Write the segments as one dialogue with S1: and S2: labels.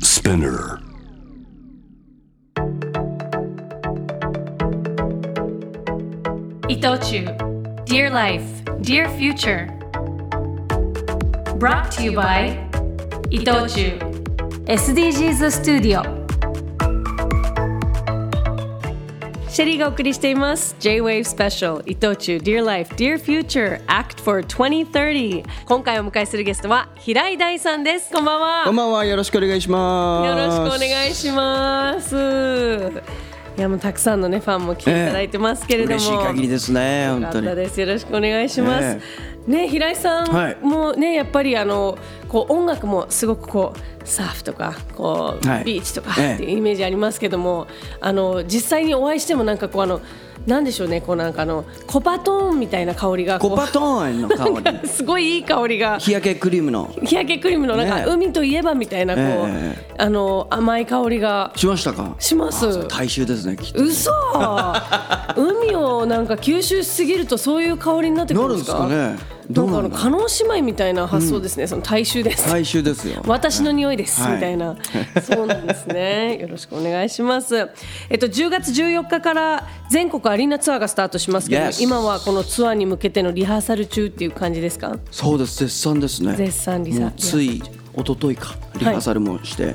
S1: Spinner.
S2: 伊藤忠 Dear Life, Dear Future Brought to you by 伊藤忠 SDGs Studio
S3: シェリーがお送りしています J-WAVE SPECIAL 伊藤忠 Dear Life Dear Future Act for 2030今回お迎えするゲストは平井大さんですこんばんは
S4: こんばんは、よろしくお願いし
S3: よ
S4: ま
S3: ろ
S4: す。
S3: しくお願いしますいやもうたくさんのねファンも来ていただいてますけれども、
S4: 嬉しい限りですね、
S3: よ
S4: 本
S3: か
S4: 当
S3: っ
S4: に
S3: た。ですよろしくお願いします、
S4: え
S3: ね平井さん、
S4: はい
S3: もうねやっぱりあのこう音楽もすごくこうサーフとかこう、
S4: はい
S3: ビーチとか
S4: ええ
S3: っていうイメージありますけども、あの実際にお会いしてもなんかこうあのなんでしょうねこうなんかあのコパトーンみたいな香りがこう、
S4: コパトーンの香 り
S3: すごいいい香りが
S4: 日焼けクリームの。
S3: 日焼けクリームのなん
S4: ね
S3: か
S4: え
S3: 海といえばみたいなこう、
S4: え
S3: あの甘い香りが
S4: しましたか。
S3: します
S4: あそれ大衆ですね、きっと。
S3: 嘘海をなんか吸収しすぎるとそういう香りになってくるんですか
S4: なるんですかねどうなんだ
S3: なんかあの叶姉妹みたいな発想ですね、その大衆です、
S4: 大衆ですよ。
S3: 私の匂いです、
S4: はい
S3: みたいなそうなんですねよろしくお願いしますえっと10月14日から全国アリーナツアーがスタートしますけど、
S4: Yes
S3: 今はこのツアーに向けてのリハーサル中っていう感じですか
S4: そうです、絶賛ですね。
S3: 絶賛リサ
S4: もうつい一昨日か、リハーサルもして。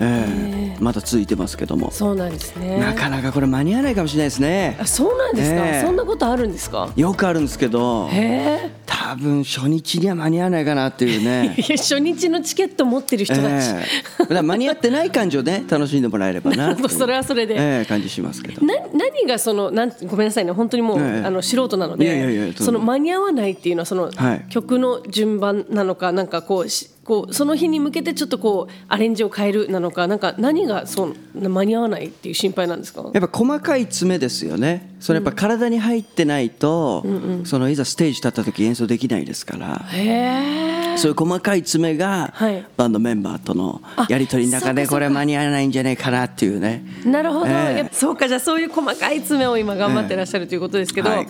S4: ええまだ続いてますけども。
S3: そうなんですね
S4: なかなかこれ間に合わないかもしれないですね
S3: あ。そうなんですか、
S4: ええ
S3: そんなことあるんですか
S4: よくあるんですけど。
S3: へえ
S4: 多分初日には間に合わないかなっていうね
S3: い。や初日のチケット持ってる人たち、
S4: ええだから間に合ってない感じをね、楽しんでもらえればなってい う。
S3: それはそれで
S4: ええ感じしますけど。
S3: な何がそのなんごめんなさいね本当にもう、
S4: ええ
S3: あの素人なので
S4: いやいやいやとんでもない
S3: その間に合わないっていうのはその、
S4: はい
S3: 曲の順番なのかなんかこうしこうその日に向けてちょっとこうアレンジを変えるなのかなんか何がその間に合わないっていう心配なんですか
S4: やっぱ細かい爪ですよねそれやっぱ体に入ってないと、そのいざステージ立った時演奏できないですから、
S3: へえ
S4: そういう細かい爪が、
S3: はい
S4: バンドメンバーとの
S3: あ
S4: やり取りの中
S3: そっ
S4: で
S3: かそっか
S4: これ間に合わないんじゃないかなっていうね
S3: なるほど、
S4: ええ
S3: やっぱそうかじゃあそういう細かい爪を今頑張ってらっしゃるということですけど、
S4: ええはい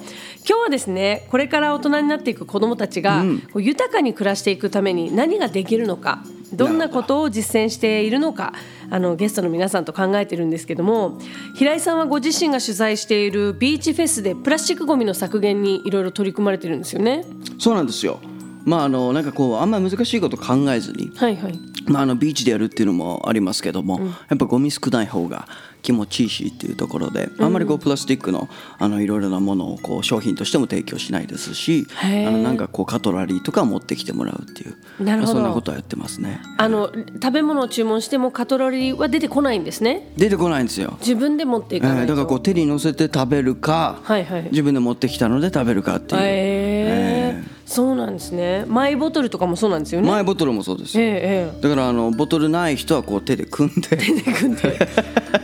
S3: 今日はですねこれから大人になっていく子どもたちが、こう豊かに暮らしていくために何ができるのかどんなことを実践しているのかあのゲストの皆さんと考えてるんですけども平井さんはご自身が取材しているビーチフェスでプラスチックごみの削減にいろいろ取り組まれてるんですよね。
S4: そうなんですよまああのなんかこうあんまり難しいこと考えずに、
S3: はい、はい
S4: まあ、あのビーチでやるっていうのもありますけども、やっぱゴミ少ない方が気持ちいいしっていうところで、あんまりこうプラスチックのあのいろいろなものをこう商品としても提供しないですしあ
S3: へー
S4: のなんかこうカトラリーとか持ってきてもらうっていう
S3: なるほど
S4: そんなことはやってますね
S3: あの食べ物を注文してもカトラリーは出てこないんですね
S4: 出てこないんですよ、
S3: 自分で持ってい
S4: え
S3: かない
S4: ー
S3: と、
S4: だからこう手に乗せて食べるか、
S3: はいはい
S4: 自分で持ってきたので食べるかっていう、
S3: へえ
S4: え
S3: そうなんですねマイボトルとかもそうなんですよ
S4: ー
S3: ね
S4: マイボトルもそうですよ、
S3: ええ
S4: だからあのボトルない人はこう手で 組んで
S3: え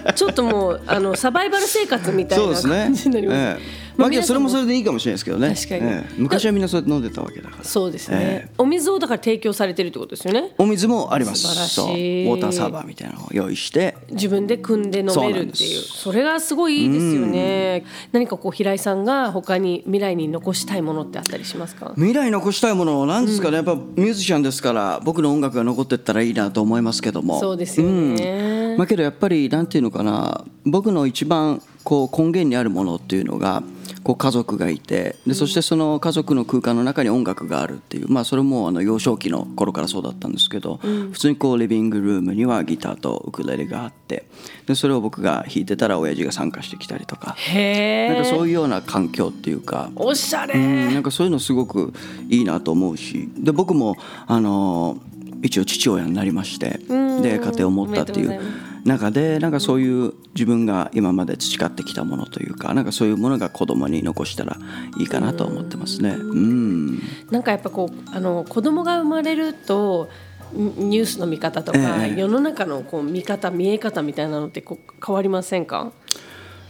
S3: えちょっともうあのサバイバル生活みたい
S4: そうで
S3: な
S4: すね
S3: 感じになります
S4: ええ
S3: まあ
S4: まあけどそれもそ
S3: 皆さん
S4: れでいいかもしれないですけどね
S3: 確かに
S4: ええ昔はみんなそうやって飲んでたわけだから
S3: そうですね、
S4: ええ
S3: お水をだから提供されてるってことですよね
S4: お水もあります
S3: 素晴らしい
S4: そうウォーターサーバーみたいなのを用意して
S3: 自分で汲んで飲
S4: そう
S3: め
S4: な
S3: るっ
S4: んで
S3: て
S4: す
S3: いうそれがすごいいいですよね何かこう平井さんが他に未来に残したいものってあったりしますか
S4: 未来に残したいものは何ですかね、やっぱミュージシャンですから僕の音楽が残ってったらいいなと思いますけども
S3: そうですよね、
S4: うんまあ、けどやっぱりなんていうのかな僕の一番こう根源にあるものっていうのがこう家族がいてでそしてその家族の空間の中に音楽があるっていう、まあ、それもあの幼少期の頃からそうだったんですけど、普通にこうリビングルームにはギターとウクレレがあってでそれを僕が弾いてたら親父が参加してきたりとか
S3: へえ
S4: なんかそういうような環境っていうか。
S3: おしゃれ、
S4: うんなんかそういうのすごくいいなと思うしで僕も、あのー一応父親になりましてで家庭を持ったってい
S3: おめでとうご
S4: う
S3: ざい
S4: 中でなんかそういう自分が今まで培ってきたものというかなんかそういうものが子供に残したらいいかなと思ってますね。うん
S3: なんかやっぱこうあの子供が生まれるとんニュースの見方とか、
S4: ええ
S3: 世の中のこう見方見え方みたいなのってこう変わりませんか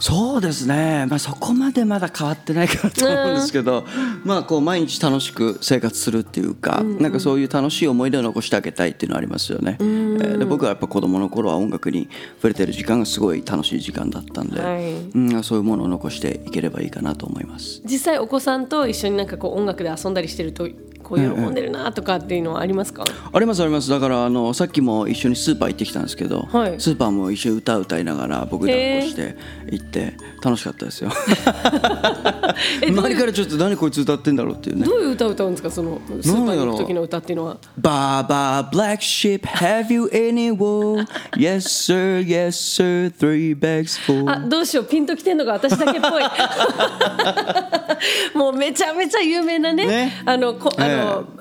S4: そうですね、まあ、そこまでまだ変わってないかなと思うんですけど、まあ、こう毎日楽しく生活するっていうか、なんかそういう楽しい思い出を残してあげたいっていうのはありますよね、えーで僕はやっぱ子供の頃は音楽に触れてる時間がすごい楽しい時間だったんで、
S3: はい
S4: うん、そういうものを残していければいいかなと思います。
S3: 実際お子さんと一緒になんかこう音楽で遊んだりしてるとこう喜んでるなとかっていうのはありますか、
S4: ありますありますだからあのさっきも一緒にスーパー行ってきたんですけど、
S3: はい
S4: スーパーも一緒に歌歌いながら僕抱っこして行って楽しかったですよ 周りからちょっと何こいつ歌ってんだろうっていうね
S3: どういう歌を歌うんですかそのスーパーに行く時の歌っていうのは
S4: Baba black sheep have you any wool yes sir yes sir three bags
S3: あ
S4: full
S3: どうしようピンときてんのが私だけっ ぽいもうめちゃめちゃ有名なね
S4: ね
S3: あのこあの、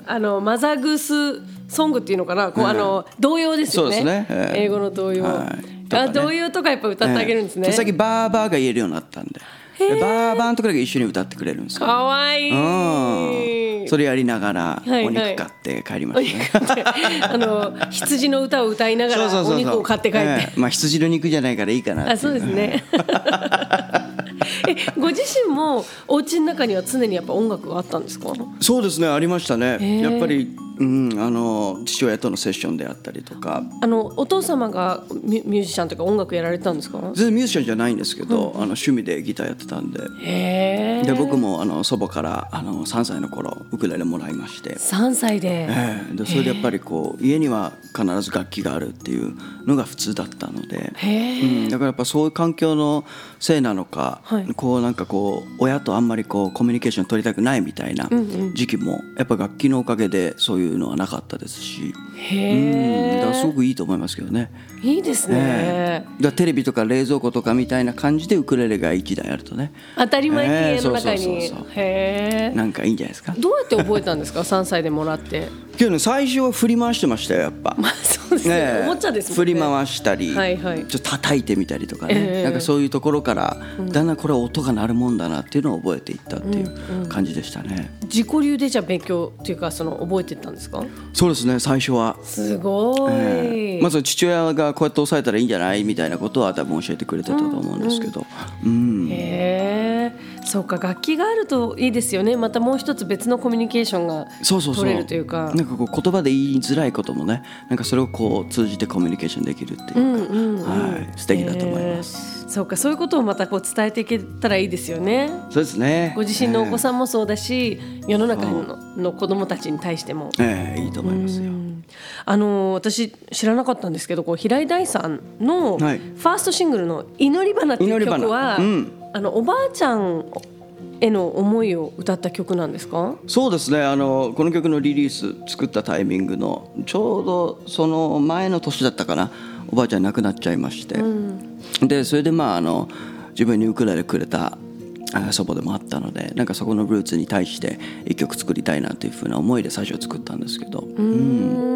S4: え
S3: あのマザーグースソングっていうのかなこう、
S4: ええ
S3: あの童謡ですよね
S4: そうですねええ
S3: 英語の童謡、
S4: はいとか
S3: あ
S4: ね
S3: 童謡とかやっぱ歌ってあげるんですね、
S4: ええ最近バーバーが言えるようになったんででバーバーのところが一緒に歌ってくれるんですよ
S3: かわいい、
S4: うんそれやりながら
S3: いはい
S4: お肉買って帰りましたね、
S3: あの羊の歌を歌いなが
S4: そうそう
S3: ら
S4: そうそう
S3: お肉を買って帰って、
S4: ええまあ羊の肉じゃないからいいかな
S3: あそうですね えご自身もお家の中には常にやっぱ音楽があったんですか
S4: そうですねありましたね
S3: え
S4: やっぱり、うん、あの父親とのセッションであったりとか
S3: あのお父様がミュミュージシャンというか音楽やられてたんですか
S4: 全然ミュージシャンじゃないんですけど、あの趣味でギターやってたんで
S3: へ
S4: で僕もあの祖母からあの3歳の頃ウクレレもらいまして、
S3: 3歳で、
S4: ええでそれでやっぱりこう家には必ず楽器があるっていうのが普通だったので、
S3: へえ
S4: うん、だからやっぱそういう環境のせいなのか、
S3: はい
S4: こうなんかこう親とあんまりこうコミュニケーション取りたくないみたいな時期もやっぱ楽器のおかげでそういうのはなかったですし、うん、だ
S3: へ
S4: からすご
S3: え
S4: くいいと思いますけどね。
S3: いいですね、
S4: ええだからテレビとか冷蔵庫とかみたいな感じでウクレレが1台あるとね
S3: 当たり前に
S4: ええ
S3: 家の中に、
S4: そうそうそうそう
S3: へえ
S4: なんかいいんじゃないですか
S3: どうやって覚えたんですか3歳でもらって
S4: けどね最初は振り回してましたよやっぱ。
S3: まあそうですね
S4: ねえ
S3: おもちゃですもんね
S4: 振り回したり、
S3: はいはい
S4: ちょっと叩いてみたりとかね、
S3: ええ
S4: なんかそういうところから、だんだんこれは音が鳴るもんだなっていうのを覚えていったっていう感じでしたね、
S3: 自己流でじゃあ勉強っていうかその覚えてったんですか
S4: そうですね最初は、
S3: すごい、
S4: ええまず父親がこうやって押さえたらいいんじゃないみたいなことは多分教えてくれてたと思うんですけど、うん
S3: へえそうか楽器があるといいですよねまたもう一つ別のコミュニケーションが
S4: そうそうそう
S3: 取れるというか
S4: なんかこう言葉で言いづらいこともねなんかそれをこう通じてコミュニケーションできるっていうか、はい、素敵だと思います、
S3: すそうかそういうことをまたこう伝えていけたらいいですよね
S4: そうですね
S3: ご自身のお子
S4: ん、
S3: さんもそうだし、世の中のの子供たちに対しても、
S4: ええいいと思いますよ、
S3: あのー私知らなかったんですけどこう平井大さんのフ
S4: はい
S3: ァーストシングルの「祈り花」っていう曲は、
S4: 祈り花うん
S3: あのおばあちゃんへの思いを歌った曲なんですか
S4: そうですねあのこの曲のリリース作ったタイミングのちょうどその前の年だったかなおばあちゃん亡くなっちゃいまして、でそれでまああの自分にウクレレくれたあ祖母でもあったのでなんかそこのルーツに対して一曲作りたいなというふうな思いで最初作ったんですけど、
S3: うん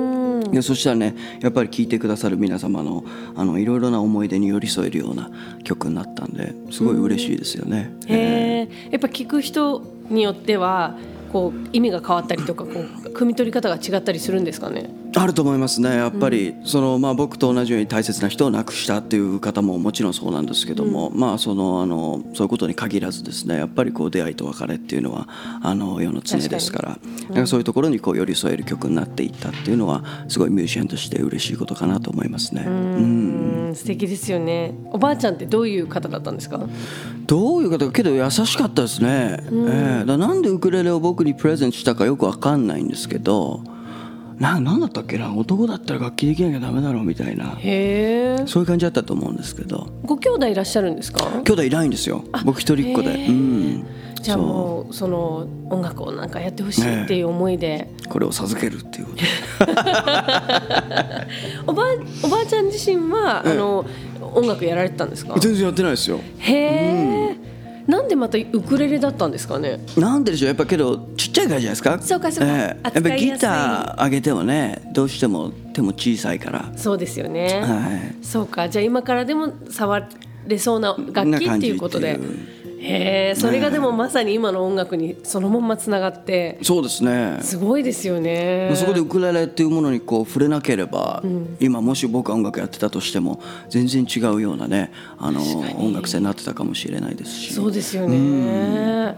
S4: いやそしたらねやっぱり聴いてくださる皆様のあのいろいろな思い出に寄り添えるような曲になったんですごい嬉しいですよね。
S3: へえやっぱ聞く人によってはこう意味が変わったりとかこう汲み取り方が違ったりするんですかね。
S4: あると思いますねやっぱり、そのまあ、僕と同じように大切な人を亡くしたっていう方ももちろんそうなんですけども、まあ、そのあのそういうことに限らずですねやっぱりこう出会いと別れっていうのはあの世の常ですからなんかそういうところにこう寄り添える曲になっていったっていうのはすごいミュージシャンとして嬉しいことかなと思いますね。
S3: うん素敵ですよね。おばあちゃんってどういう方だったんですか。
S4: どういう方かけど優しかったですね、ええだからなんでウクレレを僕にプレゼントしたかよくわかんないんですけどななんだったっけな男だったら楽器できなきゃダメだろうみたいな
S3: へえ。
S4: そういう感じだったと思うんですけど
S3: ご兄弟いらっしゃるんですか。
S4: 兄弟いないんですよ僕一人っ子で、
S3: へえ
S4: うん、
S3: じゃあもうその音楽をなんかやってほしいっていう思いで、
S4: これを授けるっていうことで
S3: おばあおばあちゃん自身は、あの音楽やられてたんですか。
S4: 全然やってないですよ
S3: へえ、なんでまたウクレレだったんですかね。
S4: なんででしょうやっぱけどちっちゃいからじゃないですか
S3: そうかそうか
S4: ええやっぱ
S3: 扱い
S4: ギ
S3: やすい
S4: ター上げてもねどうしても手も小さいから
S3: そうですよね。
S4: はい
S3: そうかじゃあ今からでも触れそうな楽器っていうことで
S4: な感じっ
S3: へえそれがでもまさに今の音楽にそのまんまつながって
S4: そうですね
S3: すごいですよね
S4: まあそこでウクレレっていうものにこう触れなければ、今もし僕が音楽やってたとしても全然違うようなねあの音楽性になってたかもしれないですし
S3: そうですよね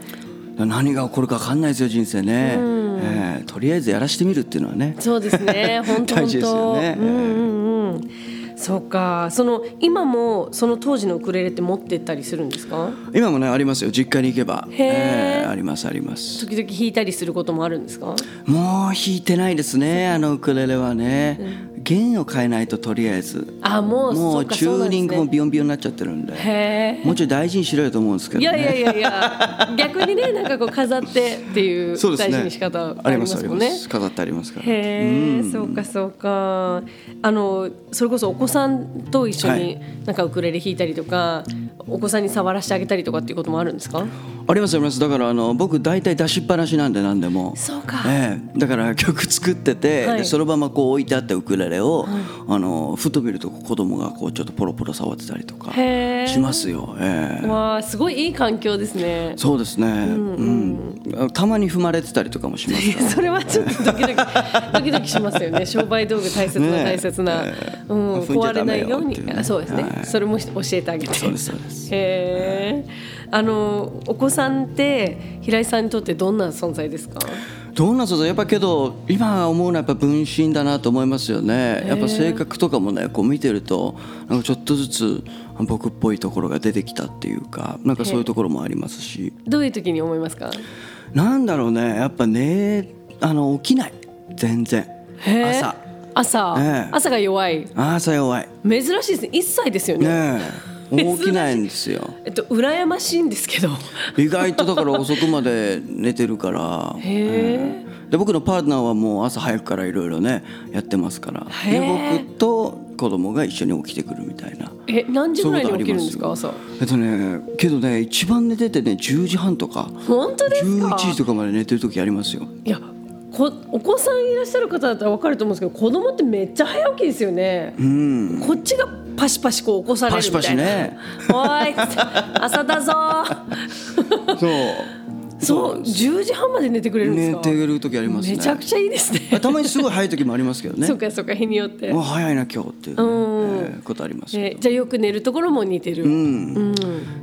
S4: 何が起こるか分かんないですよ人生ね、え えとりあえずやらしてみるっていうのはね
S3: そうですね本当
S4: 大事ですよね
S3: 本当うんうんうんそうかその今もその当時のウクレレって持ってったりするんですか
S4: 今もねありますよ実家に行けば、
S3: へえ
S4: えーありますあります
S3: 時々弾いたりすることもあるんですか
S4: もう弾いてないですねあのウクレレはね、弦を変えないととりあえず
S3: あもう
S4: も
S3: そうっか
S4: チ
S3: そう
S4: ュ
S3: な
S4: ー
S3: んです
S4: ニン
S3: ね
S4: グもビヨンビヨンになっちゃってるんで
S3: へえ
S4: もうちょい大事にしろよと思うんですけど
S3: い
S4: ね
S3: やいやいやいや逆にねなんかこう飾ってっていう
S4: そうです
S3: 大
S4: ね
S3: 事に仕方
S4: あ
S3: あり
S4: りま
S3: ます
S4: あ
S3: す
S4: り
S3: もん
S4: ま
S3: ね
S4: す飾ってありますから
S3: へえ、そうかそうか。あのそれこそお子さんと一緒になんかウクレレ弾いたりとか、お子さんに触らせてあげたりとかっていうこともあるんですか？
S4: ありますありますだからあの僕大体出しっぱなしなんで何でも
S3: そうか
S4: ええ、だから曲作ってて、
S3: はい
S4: でそのままこう置いてあったウクレレを、あのふと見ると子供がこうちょっとポロポロ触ってたりとか
S3: へえ
S4: しますよ、ええ、
S3: わあすごいいい環境ですね。
S4: そうですね、うんたまに踏まれてたりとかもします
S3: それはちょっとドキドキ ドキドキしますよね。商売道具大切な
S4: ねえ
S3: 大切な、
S4: ええ
S3: うん
S4: 踏んじ
S3: 壊
S4: ゃ
S3: れ
S4: ダ
S3: な
S4: メ
S3: いよ
S4: よ
S3: う
S4: っ
S3: に
S4: ていうね
S3: あそうですね、
S4: はい
S3: それも教えてあげて。
S4: そうですそうです
S3: へえ。あのお子さんって平井さんにとってどんな存在ですか？
S4: どんな存在やっぱけど今思うのはやっぱ分身だなと思いますよねやっぱ性格とかもねこう見てるとなんかちょっとずつ僕っぽいところが出てきたっていうかなんかそういうところもありますし
S3: どういう時に思いますか？
S4: なんだろうねやっぱねあの起きない全然
S3: へえ
S4: 朝
S3: 朝、
S4: ええ
S3: 朝が弱い
S4: 朝弱い
S3: 珍しいですね1歳ですよね
S4: ねえ
S3: 珍しい
S4: 起きないんですよ
S3: えっと羨ましいんですけど
S4: 意外とだから遅くまで 寝てるから
S3: へえ
S4: で僕のパートナーはもう朝早くからいろいろねやってますから
S3: へえ
S4: で僕と子供が一緒に起きてくるみたいな
S3: え何時ぐらいに起きるんですか
S4: そ
S3: 朝
S4: うえっとねけどね一番寝ててね10時半とか
S3: 本当ですか
S4: 11時とかまで寝てる時ありますよ
S3: いやこお子さんいらっしゃる方だったら分かると思うんですけど子供ってめっちゃ早起きですよね、
S4: うん
S3: こっちがパシパシこう起こされるみたいな
S4: パシパシね
S3: おい朝だぞ
S4: そう
S3: そう10時半まで寝てくれるんです
S4: 寝
S3: か
S4: てる時ありますね
S3: めちゃくちゃいいですね
S4: たまにすごい早い時もありますけどね
S3: そうかそうか日によって
S4: もう早いな今日っていうね、
S3: うん
S4: えーことありますけ
S3: え
S4: ど、
S3: じゃあよく寝るところも似てる、
S4: うん
S3: うん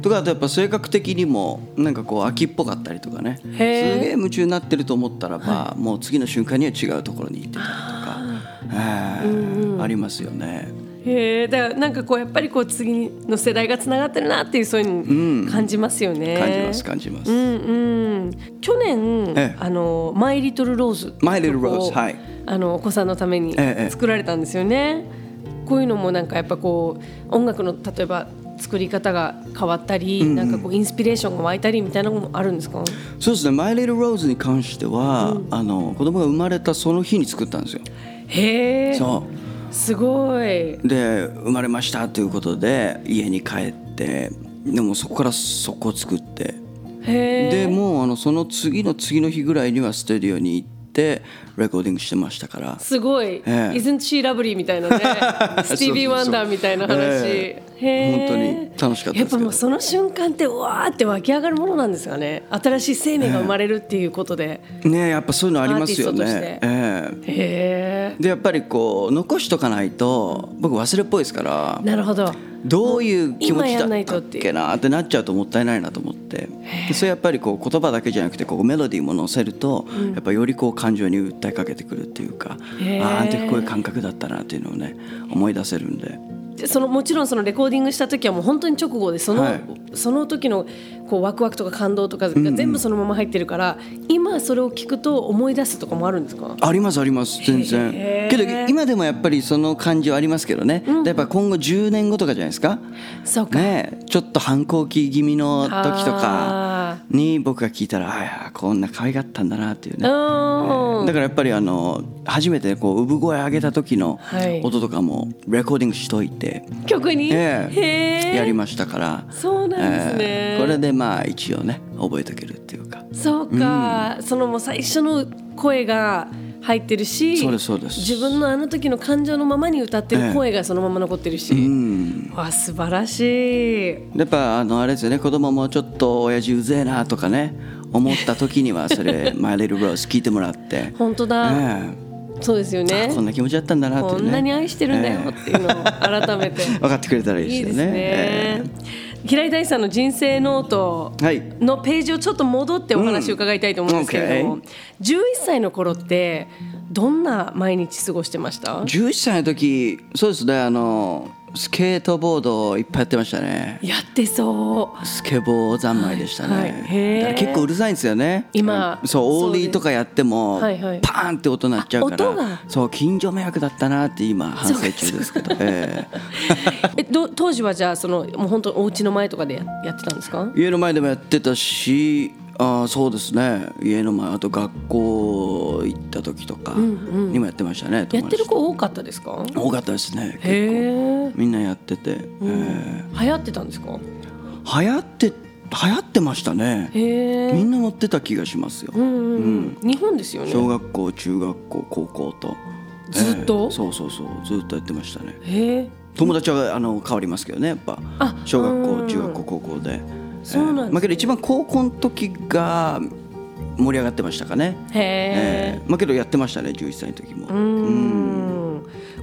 S4: とかあとやっぱ性格的にもなんかこう秋っぽかったりとかねすげ
S3: へー
S4: え夢中になってると思ったらば、もう次の瞬間には違うところに行ってたりとかあ,、ありますよね。
S3: へえだからなんかこうやっぱりこう次の世代がつながってるなっていうそういうの感じますよね、
S4: 感じます感じます。
S3: うんうん去年、
S4: ええ
S3: あのマイリトルローズ
S4: My Little Rose はい
S3: あのお子さんのために
S4: ええ
S3: 作られたんですよね、こういうのもなんかやっぱこう音楽の例えば作り方が変わったり、なんかこうインスピレーションが湧いたりみたいなのもあるんですか
S4: そうですね「マイ・リル・ローズ」に関しては、あの子供が生まれたその日に作ったんですよ。
S3: へえ
S4: そ
S3: すごいう
S4: で生まれましたということで家に帰ってでもそこからそこ作って
S3: へえ
S4: でもうあのその次の次の日ぐらいにはスタジオに行ってレコーディングしてましたから
S3: すごい、
S4: ええ
S3: Isn't she lovely みたいな ねスティービー・ワンダーみたいな話、
S4: え
S3: へえ
S4: 本当に楽しかったですけど
S3: やっぱもうその瞬間ってうわーって湧き上がるものなんですかね新しい生命が生まれるっていうことで、
S4: ねやっぱそういうのありますよ
S3: アーティスト
S4: ね。
S3: と
S4: ええ
S3: へえ
S4: でやっぱりこう残しとかないと僕忘れっぽいですから
S3: なるほど
S4: どういう気持
S3: 今
S4: ち
S3: や
S4: だ
S3: んない
S4: っ
S3: と
S4: た
S3: っ
S4: って
S3: いう
S4: けなってなっちゃうともったいないなと思ってでそれやっぱりこう言葉だけじゃなくてこうメロディーも乗せるとやっぱよりこう感情に訴えかけてくるっていうか
S3: へえ
S4: あーあの時こういう感覚だったなっていうのをね思い出せるんで。
S3: でそのもちろんそのレコーディングした時はもう本当に直後でその,、
S4: はい
S3: その時のこうワクワクとか感動とかが全部そのまま入ってるから、今それを聞くと思い出すとかもあるんですか
S4: ありますあります全
S3: へ
S4: 然
S3: ー
S4: けど今でもやっぱりその感じはありますけどね、でやっぱ今後10年後とかじゃないですか
S3: そうか、
S4: ねえちょっと反抗期気味の時と
S3: あ
S4: かに僕が聞いたらああこんな可愛かったんだなっていう
S3: うん、
S4: ねだからやっぱりあの初めてこう産声上げた時の
S3: はい
S4: 音とかもレコーディングしといて、
S3: 曲に、
S4: え
S3: へ
S4: え
S3: え
S4: やりましたから
S3: そうなんですね
S4: ええこれでまあ一応ね覚えとけるっていうか
S3: そうか、そのもう最初の声が入ってるし
S4: そうですそうです
S3: 自分のあの時の感情のままに歌って
S4: え
S3: る
S4: え
S3: 声がそのまま残ってるし、
S4: うん
S3: わ素晴らしい
S4: やっぱあのあれですよね子供もちょっと親父うぜえなとかね思った時には それ「マイ・レル・ブロース」聞いてもらって、
S3: 本当
S4: え
S3: だ、そうですよ
S4: え
S3: ね
S4: こんな気持ちだったんだなっていう
S3: こ
S4: ね
S3: んなに愛してるんだよ
S4: え
S3: っていうのを改 めて
S4: え分かってくれたらいい
S3: いい
S4: で
S3: ですす
S4: よね
S3: ね、
S4: え
S3: 平井大さんの人生ノート
S4: えはい
S3: のページをちょっと戻ってお話を伺いたいと思うんですけれども、
S4: うん
S3: 11歳の頃ってどんな毎日過ごしてました
S4: 11歳の時そうですねあのスケートボードをいっぱいやってましたね
S3: やってそう
S4: スケボー三昧でしたね、
S3: はいはいへー
S4: だから結構うるさいんですよね
S3: 今
S4: そうオーリーとかやっても
S3: そうですはいはい
S4: パーンって音鳴っちゃうから
S3: あ音が
S4: そう近所迷惑だったなって今反省中ですけど、ええ
S3: えど当時はじゃあそのもう本当お家の前とかでややってたんですか
S4: 家の前でもやってたしあーそうですね家の前あと学校行った時とかにもやってましたね、
S3: やってる
S4: 友達
S3: 子多かったですか
S4: と多かったですね
S3: へえ流
S4: 結構みんなやってて、え
S3: 行ってたんですか
S4: ー流行って流行ってましたね
S3: へえ
S4: みんな乗ってた気がしますよ、
S3: うんうんうん日本ですよね
S4: 小学校中学校高校と
S3: ずっと
S4: えーそうそうそうずっとやってましたね
S3: へえ
S4: 友達はあの変わりますけどねやっぱ
S3: あ
S4: 小学
S3: う
S4: 校
S3: ん
S4: 中学校高校で
S3: そうなんですね
S4: えーまあけど一番高校の時が盛り上がってましたかね
S3: へえ
S4: えーまあけどやってましたね11歳の時も、
S3: うん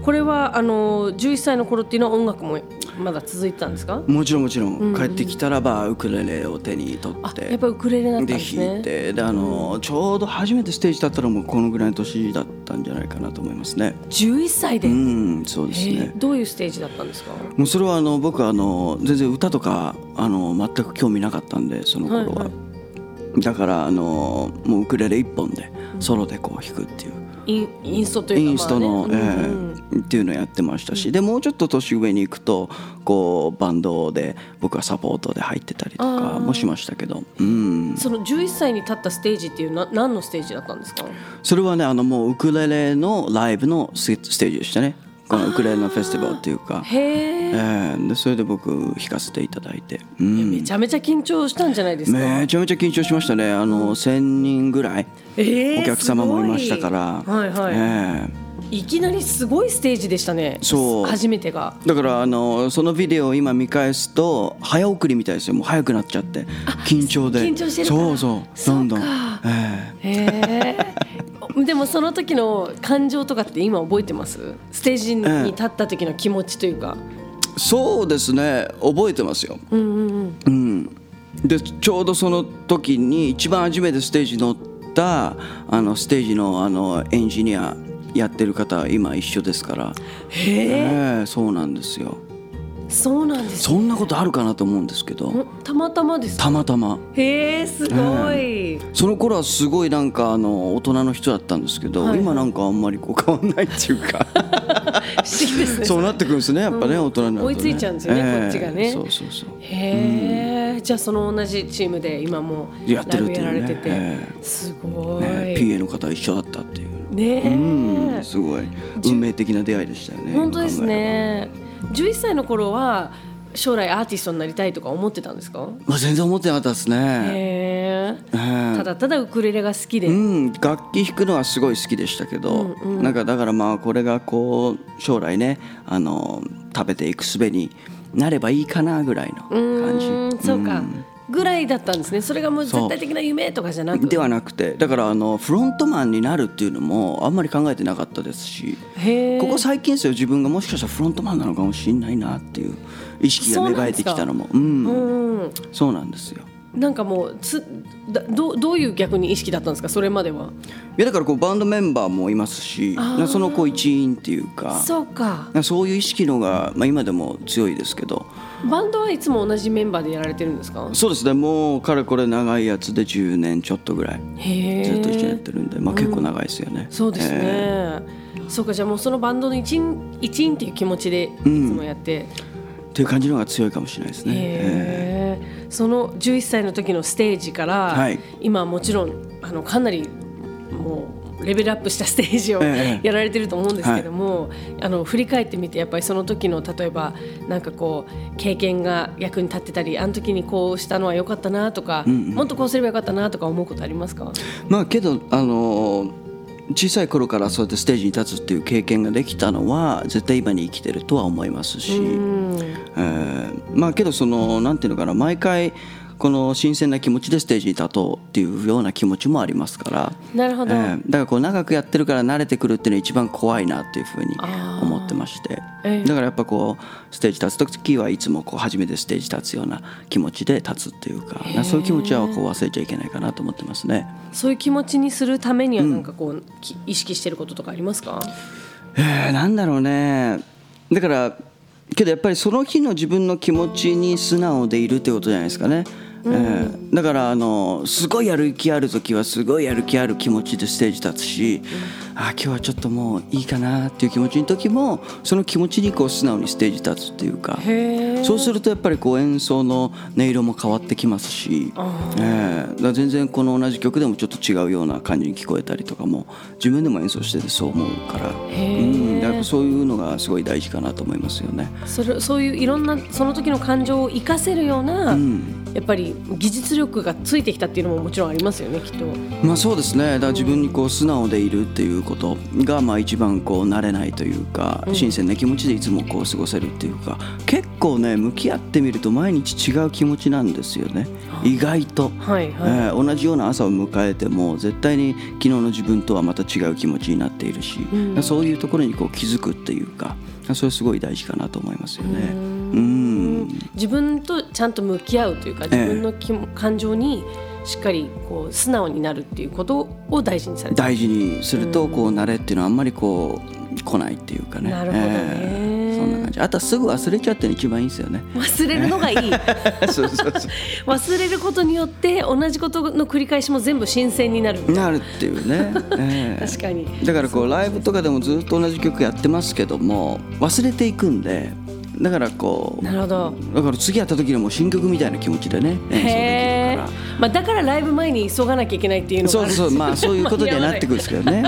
S3: これはあの11歳の頃っていうのは音楽もまだ続いてたんですか
S4: もちろんもちろん、帰ってきたらばウクレレを手に取っ
S3: あ
S4: て
S3: やっぱウクレレだったん
S4: で
S3: です
S4: 弾い
S3: ね
S4: てであのちょうど初めてステージだったのもこのぐらいの年だったんじゃないかなと思いますね
S3: 11歳で、
S4: うんそうです
S3: へえ
S4: ね
S3: どういうステージだったんですか
S4: もうそれはあの僕はあの全然歌とかあの全く興味なかったんでその頃は、
S3: はいは
S4: だからあのもうウクレレ一本でソロでこう弾くっていう、
S3: インインストというか
S4: インストの、
S3: まあね
S4: ええ
S3: うんうん
S4: っていうのをやってましたし、でもうちょっと年上に行くとこうバンドで僕はサポートで入ってたりと
S3: あ
S4: か
S3: ー
S4: もしましたけど、うん、
S3: その11歳に立ったステージっていうのは何のステージだったんですか
S4: それはねあのもうウクレレのライブのスステージでしたねこのウクレレのフェスティバルっていうか、
S3: へ
S4: え
S3: え、
S4: えでそれで僕弾かせていただいて、うん
S3: めちゃめちゃ緊張したんじゃないですか
S4: めちゃめちゃ緊張しましたねあの、1,000人ぐらい
S3: ええ
S4: お客様もいましたから、
S3: すごいはいはい、
S4: え
S3: いきなりすごいステージでしたね
S4: そう
S3: 初めてが
S4: えだからあのそのビデオを今見返すと早送りみたいですよもう早くなっちゃって緊張で
S3: 緊張してるから
S4: そうそうどんどん
S3: そうか
S4: ええ
S3: へえ でもその時の感情とかって今覚えてますステージに
S4: ええ
S3: 立った時の気持ちというか、
S4: そうですね覚えてますようんでちょうどその時に一番初めてステージに乗ったあのステージのあのエンジニアやってる方今一緒ですから
S3: へえ
S4: ええそうなんですよ
S3: そうなんです
S4: そんなことあるかなと思うんですけど、
S3: んたまたまです
S4: たまたま
S3: へえすごい、
S4: その頃はすごいなんかあの大人の人だったんですけど、
S3: はい
S4: 今なんかあんまりこう変わんないっていう か
S3: 不思議ですね
S4: そうなってくるんですねやっぱね、大人になると、ね、
S3: 追いついちゃうんですよねこっちがね
S4: そうそうそう
S3: へえ、じゃあその同じチームで今も
S4: やってるっていうね
S3: ライブやられてて、
S4: え
S3: すごい
S4: ね PA の方一緒だったっていう、
S3: ねえ、
S4: うんすごい運命的な出会いでしたよね
S3: 本当ですね11歳の頃は将来アーティストになりたいとか思ってたんですか
S4: 今考えればまあ全然思ってなかったですね、
S3: へえ
S4: ええ
S3: ただただウクレレが好きで、
S4: うん、楽器弾くのはすごい好きでしたけど、なんかだからまあこれがこう将来ねあの食べていく術になればいいかなぐらいの感じ
S3: うんそうか、ぐらいだったんですねそれがもう絶対的な夢とかじゃなく
S4: ではなくてだからあのフロントマンになるっていうのもあんまり考えてなかったですし
S3: へえ
S4: ここ最近ですよ自分がもしかしたらフロントマンなのかもしれないなっていう意識が芽生えてきたのもうん
S3: うん
S4: そうなんですよ。
S3: なんかもうつだどうどういう逆に意識だったんですかそれまではい
S4: やだからこうバンドメンバーもいますしそのこう一員っていうか
S3: そうか
S4: そういう意識のが、まあ、今でも強いですけど
S3: バンドはいつも同じメンバーでやられてるんですか
S4: そうですねもうかれこれ長いやつで10年ちょっとぐらい
S3: へえ
S4: ずっと一緒にやってるんで、まあ、結構長いですよね、
S3: そうですね、
S4: え
S3: そうかじゃあもうそのバンドの一員一員っていう気持ちでいつもやって、
S4: ーっていう感じの方が強いかもしれないですね、え
S3: へえその11歳の時のステージから、
S4: はい
S3: 今はもちろんあのかなりもうレベルアップしたステージを
S4: ええ
S3: やられてると思うんですけども、あの振り返ってみてやっぱりその時の例えばなんかこう経験が役に立ってたりあの時にこうしたのは良かったなとか、もっとこうすれば良かったなとか思うことありますか
S4: ーまあけどあのー小さい頃からそうやってステージに立つっていう経験ができたのは絶対今に生きてるとは思いますし、えーまあけどそのなんていうのかな毎回この新鮮な気持ちでステージに立とうっていうような気持ちもありますから
S3: なるほど
S4: ええだからこう長くやってるから慣れてくるっていうのが一番怖いなっていうふうに思ってまして、
S3: ええ
S4: だからやっぱこうステージ立つ時はいつもこう初めてステージ立つような気持ちで立つっていうかそういう気持ちはこう忘れちゃいけないかなと思ってますね。
S3: そういう気持ちにするためにはなんかこう、き意識してることとかありますか？
S4: えー、なんだろうねだからけどやっぱりその日の自分の気持ちに素直でいるってことじゃないですかね、えーだからあのすごいやる気ある時はすごいやる気ある気持ちでステージ立つし、あー今日はちょっともういいかなっていう気持ちの時もその気持ちにこう素直にステージ立つっていうか
S3: へえ。
S4: そうするとやっぱりこう演奏の音色も変わってきますし、えーだから全然この同じ曲でもちょっと違うような感じに聞こえたりとかも自分でも演奏しててそう思うから、
S3: へ
S4: う
S3: ー
S4: ん、だからそういうのがすごい大事かなと思いますよね。
S3: それそういういろんなその時の感情を活かせるような、やっぱり技術力がついてきたっていうのももちろんありますよねきっと。
S4: まあそうですねだから自分にこう素直でいるっていうことがまあ一番こう慣れないというか新鮮な気持ちでいつもこう過ごせるっていうか結構ね向き合ってみると毎日違う気持ちなんですよね意外と。
S3: はいはい。
S4: えー同じような朝を迎えても絶対に昨日の自分とはまた違う気持ちになっているし、そういうところにこう気づくっていうかそれすごい大事かなと思いますよね。うん
S3: 自分とちゃんと向き合うというか自分の気も感情にしっかりこう素直になるっていうことを大事にされてる
S4: 大事にするとこう慣れっていうのはあんまりこう来ないっていうかね。
S3: なるほどね
S4: そんな感じ。あとはすぐ忘れちゃっての一番いいんで すよね。
S3: 忘れるのが いい
S4: そうそうそ
S3: 忘れることによって同じことの繰り返しも全部新鮮になるみた
S4: う。
S3: いな
S4: なるっていうね。ええ
S3: 確かに
S4: だからこうライブとかでもずっと同じ曲やってますけども忘れていくんでだからこう
S3: なるほど
S4: だから次やった時にはもう新曲みたいな気持ちでね
S3: へえ
S4: 演奏できるか、
S3: まあ、だからライブ前に急がなきゃいけないっていう
S4: ら
S3: のがあ
S4: そう
S3: る
S4: そうまあそういうことにはなってくるんですけどね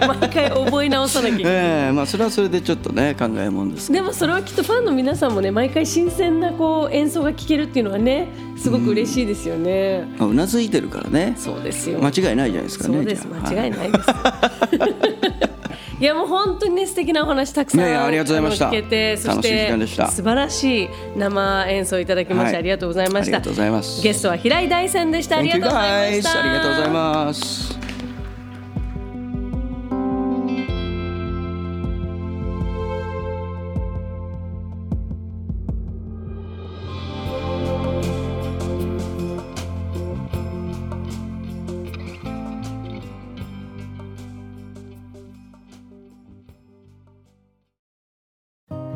S3: 毎回覚え直さなきゃいけない
S4: ええまあそれはそれでちょっとね考えもんですけ
S3: でもそれはきっとファンの皆さんもね毎回新鮮なこう演奏が聴けるっていうのはねすごく嬉しいですよね、
S4: どうなずいてるからね
S3: そうですよ
S4: 間違いないじゃないですかね
S3: そうです
S4: じゃあ
S3: 間違いないです。 いやもう本当にね素敵なお話たくさん
S4: いやいやありがとうございました
S3: あの聞けてそし
S4: 楽しい時
S3: て
S4: 間でした
S3: 素晴らしい生演奏いただきまして、
S4: はい
S3: ありがとうございました
S4: ありがとうございます
S3: ゲストは平井大さんでしたありが
S4: Thank you
S3: とうございまし
S4: guys
S3: た
S4: ありがとうございます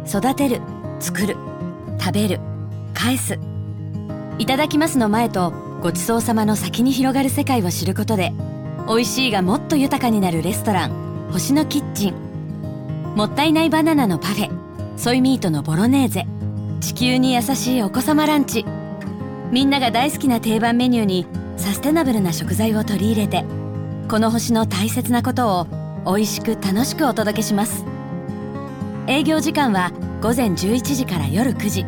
S1: 育てる作る食べる返すいただきますの前とごちそうさまの先に広がる世界を知ることで美味しいがもっと豊かになるレストラン星のキッチンもったいないバナナのパフェソイミートのボロネーゼ地球に優しいお子様ランチみんなが大好きな定番メニューにサステナブルな食材を取り入れてこの星の大切なことを美味しく楽しくお届けします営業時間は午前11時から夜9時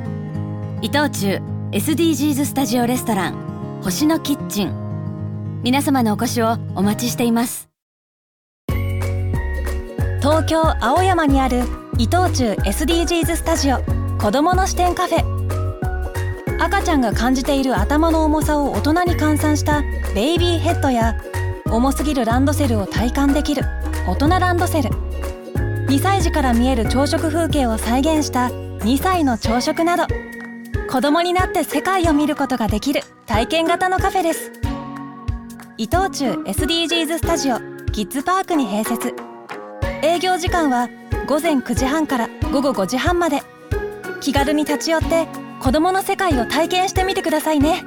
S1: 伊藤忠 SDGs スタジオレストラン星のキッチン皆様のお越しをお待ちしています
S5: 東京青山にある伊藤忠 SDGs スタジオ子どもの視点カフェ赤ちゃんが感じている頭の重さを大人に換算したベイビーヘッドや重すぎるランドセルを体感できる大人ランドセル2歳児から見える朝食風景を再現した2歳の朝食など子供になって世界を見ることができる体験型のカフェです伊藤忠 SDGs スタジオキッズパークに併設営業時間は午前9時半から午後5時半まで気軽に立ち寄って子どもの世界を体験してみてくださいね